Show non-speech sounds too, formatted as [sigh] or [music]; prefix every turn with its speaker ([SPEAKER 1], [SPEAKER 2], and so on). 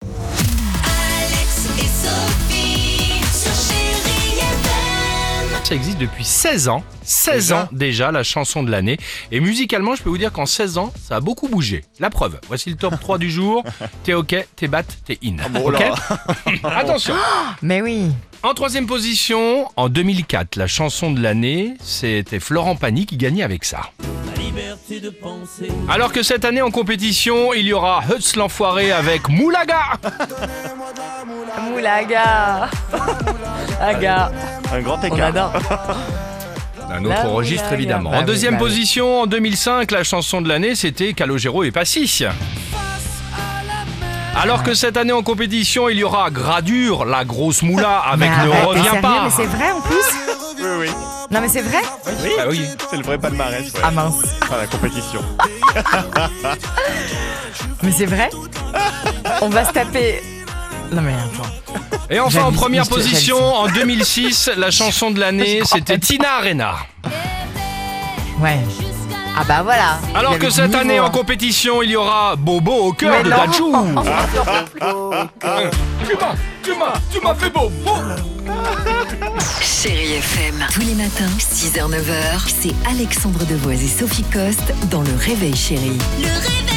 [SPEAKER 1] Alex et Sophie sur Chérie FM.
[SPEAKER 2] Ça existe depuis 16 ans. 16
[SPEAKER 3] Déjà
[SPEAKER 2] ans déjà, la chanson de l'année. Et musicalement, je peux vous dire qu'en 16 ans, ça a beaucoup bougé. La preuve. Voici le top 3 du jour. T'es OK, t'es bat, t'es in.
[SPEAKER 3] bon,
[SPEAKER 2] OK
[SPEAKER 3] là.
[SPEAKER 2] [laughs] Attention.
[SPEAKER 4] Mais oui.
[SPEAKER 2] En troisième position, en 2004, la chanson de l'année, c'était Florent Pagny qui gagnait avec ça. Alors que cette année en compétition, il y aura Hutz l'enfoiré avec Moulaga.
[SPEAKER 5] Moulaga Aga,
[SPEAKER 3] Un grand
[SPEAKER 5] on
[SPEAKER 3] écart.
[SPEAKER 5] adore.
[SPEAKER 2] Un
[SPEAKER 5] La
[SPEAKER 2] autre registre
[SPEAKER 5] Moulaga.
[SPEAKER 2] évidemment.
[SPEAKER 5] Bah
[SPEAKER 2] En
[SPEAKER 5] oui,
[SPEAKER 2] deuxième
[SPEAKER 5] bah oui.
[SPEAKER 2] position, en 2005, la chanson de l'année, c'était Calogero et Passis. Alors que cette année en compétition, il y aura Gradure, la grosse
[SPEAKER 5] [laughs]
[SPEAKER 2] moula avec
[SPEAKER 5] Mais
[SPEAKER 2] Ne
[SPEAKER 5] arrête, t'es
[SPEAKER 2] reviens
[SPEAKER 5] sérieux,
[SPEAKER 2] pas.
[SPEAKER 5] Mais c'est vrai en plus
[SPEAKER 3] Oui, oui.
[SPEAKER 5] Non mais c'est vrai
[SPEAKER 2] Bah oui.
[SPEAKER 3] [laughs] C'est le vrai palmarès. Ouais.
[SPEAKER 5] Ah mince.
[SPEAKER 3] Enfin, la compétition.
[SPEAKER 5] Mais c'est vrai On va se taper... Non mais attends.
[SPEAKER 2] Et enfin en
[SPEAKER 5] J'avise,
[SPEAKER 2] première
[SPEAKER 5] je te- j'avise.
[SPEAKER 2] position, en 2006, la chanson de
[SPEAKER 5] [laughs]
[SPEAKER 2] l'année, c'était Tina Arena.
[SPEAKER 5] Ouais. Ah bah voilà.
[SPEAKER 2] Alors
[SPEAKER 5] Il y
[SPEAKER 2] que
[SPEAKER 5] avait
[SPEAKER 2] cette
[SPEAKER 5] du
[SPEAKER 2] année
[SPEAKER 5] niveau,
[SPEAKER 2] en
[SPEAKER 5] hein.
[SPEAKER 2] compétition, il y aura Bobo au cœur
[SPEAKER 5] Mais
[SPEAKER 2] de
[SPEAKER 5] non.
[SPEAKER 2] Dachou.
[SPEAKER 5] [laughs]
[SPEAKER 2] tu m'as, tu m'as, tu m'as fait Bobo.
[SPEAKER 4] Chérie FM. Tous les matins, 6h-9h, c'est Alexandre Devoise et Sophie Coste dans Le Réveil Chérie.
[SPEAKER 1] Le réveil.